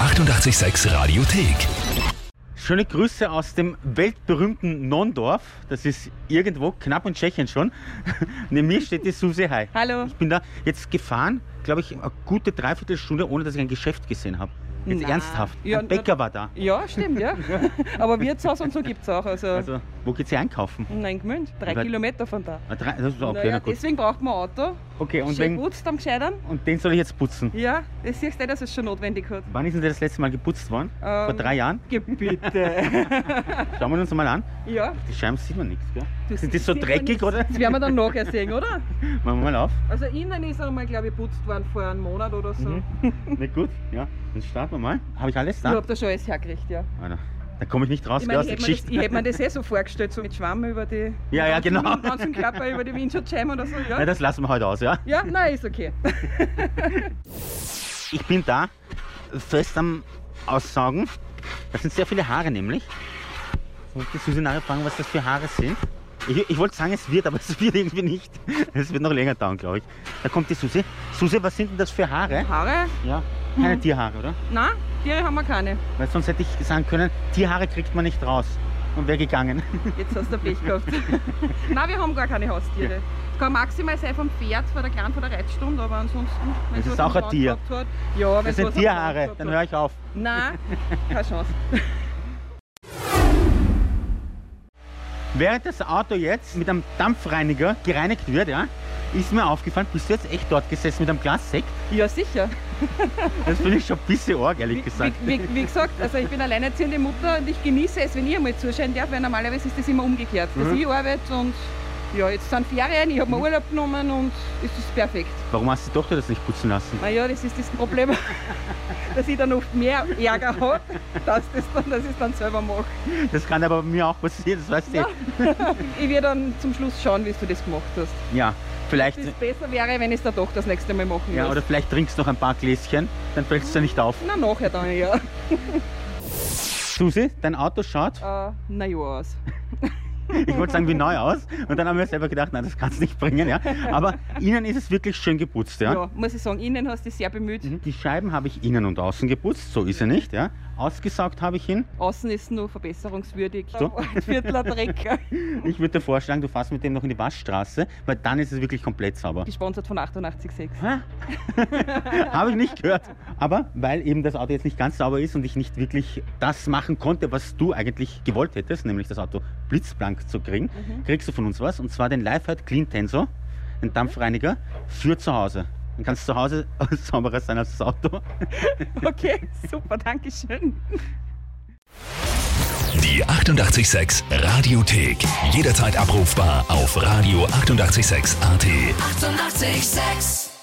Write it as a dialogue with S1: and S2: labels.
S1: 886 Radiothek.
S2: Schöne Grüße aus dem weltberühmten Nondorf. Das ist irgendwo knapp in Tschechien schon. Neben mir steht die Susi Hai.
S3: Hallo.
S2: Ich bin da jetzt gefahren, glaube ich, eine gute Dreiviertelstunde, ohne dass ich ein Geschäft gesehen habe. Jetzt
S3: Na.
S2: ernsthaft.
S3: Ja,
S2: ein Bäcker war da.
S3: Ja, stimmt, ja. Aber Wirtshaus und so gibt es auch. Also,
S2: Also, wo geht's hier einkaufen?
S3: nein, Gmünd, drei
S2: Weil-
S3: Kilometer von da.
S2: Ah, drei- Das ist okay,
S3: Naja,
S2: na gut.
S3: deswegen braucht man ein Auto.
S2: Okay, und,
S3: Schön
S2: wenn,
S3: putzt am Gescheitern.
S2: und den soll ich jetzt putzen.
S3: Ja, das siehst du, eh, dass es schon notwendig hat.
S2: Wann ist denn der das letzte Mal geputzt worden? Vor
S3: Ähm,
S2: drei Jahren?
S3: Ge- Bitte.
S2: Schauen wir uns mal an.
S3: ja.
S2: Die Scheiben sieht man nichts, gell?
S3: Du
S2: Sind die so
S3: siehst ja
S2: dreckig,
S3: nichts.
S2: oder?
S3: Das werden wir dann nachher sehen, oder?
S2: Machen wir mal auf.
S3: Also innen ist einmal, glaube ich, putzt worden vor einem Monat oder so.
S2: Mhm. Na gut, ja. Dann starten wir mal. Habe ich alles
S3: Ich
S2: da?
S3: habe da schon alles hergekriegt, ja.
S2: Alter, da komme ich nicht raus,
S3: Ich,
S2: gell,
S3: meine,
S2: aus der
S3: ich hätte mir, das-
S2: Geschichte.
S3: ich hätt mir das eh so vorgestellt, so mit Schwamm über die.
S2: Ja, ja,
S3: ganzen-
S2: genau.
S3: ganzen Körper über die Windschutzscheibe oder so,
S2: Nein,
S3: ja.
S2: das lassen wir heute aus, ja?
S3: Ja, nein, ist okay.
S2: Ich bin da fest am Aussaugen. Das sind sehr viele Haare nämlich. Und die Susi nachher fragen, was das für Haare sind. Ich, ich wollte sagen, es wird, aber es wird irgendwie nicht. Es wird noch länger dauern, glaube ich. Da kommt die Susi. Susi, was sind denn das für Haare?
S3: Haare?
S2: Ja, keine Tierhaare, oder?
S3: Nein, Tiere haben wir keine.
S2: Weil sonst hätte ich sagen können, Tierhaare kriegt man nicht raus. Und wäre gegangen.
S3: Jetzt hast du Pech gehabt. Nein, wir haben gar keine Haustiere. Es kann maximal sein vom Pferd, von der Kleinen, von der Reitstunde, aber ansonsten... wenn
S2: Das
S3: sowas
S2: ist auch
S3: am Land
S2: ein Tier.
S3: gehabt Hat, ja, wenn
S2: Das
S3: sowas
S2: sind
S3: am Land
S2: Tierhaare,
S3: gehabt
S2: dann
S3: hat.
S2: höre ich auf.
S3: Nein, keine Chance.
S2: Während das Auto jetzt mit einem Dampfreiniger gereinigt wird, ja, ist mir aufgefallen, bist du jetzt echt dort gesessen mit einem Glas Sekt?
S3: Ja, sicher.
S2: Das finde ich schon ein bisschen arg,
S3: Wie,
S2: ehrlich gesagt.
S3: wie, wie, wie gesagt, also ich bin alleinerziehende Mutter und ich genieße es, wenn ich einmal zuschauen darf, weil normalerweise ist das immer umgekehrt. Dass
S2: Mhm.
S3: ich arbeite und ja, jetzt sind Ferien, ich habe mir Urlaub genommen und es ist perfekt.
S2: Warum hast du die Tochter das nicht putzen lassen?
S3: Naja, das ist das Problem, dass ich dann oft mehr Ärger habe, dass, das dann- dass ich es dann selber mache.
S2: Das kann aber mir auch passieren, das weißt du.
S3: Ja.
S2: eh.
S3: Ich werde dann zum Schluss schauen, wie du das gemacht hast.
S2: Ja, vielleicht.
S3: Das besser wäre, wenn ich es der Tochter das nächste Mal machen
S2: Ja,
S3: muss.
S2: oder vielleicht trinkst du noch ein paar Gläschen, dann fällst du ja nicht auf.
S3: Na, nachher dann, ja.
S2: Susi, dein Auto schaut,
S3: Äh, na ja, aus.
S2: ich wollte sagen, wie neu aus. Und dann haben wir selber gedacht, nein, das kannst du nicht bringen, ja. Aber innen ist es wirklich schön geputzt, ja.
S3: Ja. muss ich sagen, innen hast du dich sehr bemüht.
S2: Mhm. Die Scheiben habe ich innen und außen geputzt, so ist er nicht, ja. Ausgesaugt habe ich ihn.
S3: Außen ist nur verbesserungswürdig.
S2: So.
S3: Ein Viertler Dreck.
S2: Ich würde dir vorschlagen, du fährst mit dem noch in die Waschstraße, weil dann ist es wirklich komplett sauber.
S3: Gesponsert von 886.
S2: Hä? Habe ich nicht gehört. Aber weil eben das Auto jetzt nicht ganz sauber ist und ich nicht wirklich das machen konnte, was du eigentlich gewollt hättest, nämlich das Auto blitzblank zu kriegen,
S3: Mhm.
S2: kriegst du von uns was und zwar den Lifehead Clean Tensor, den Dampfreiniger für zu Hause. Dann kannst zu Hause sauberer sein als das Auto.
S3: Okay, super, danke schön.
S1: Die 886 Radiothek. Jederzeit abrufbar auf radio886.at. 886!
S4: 886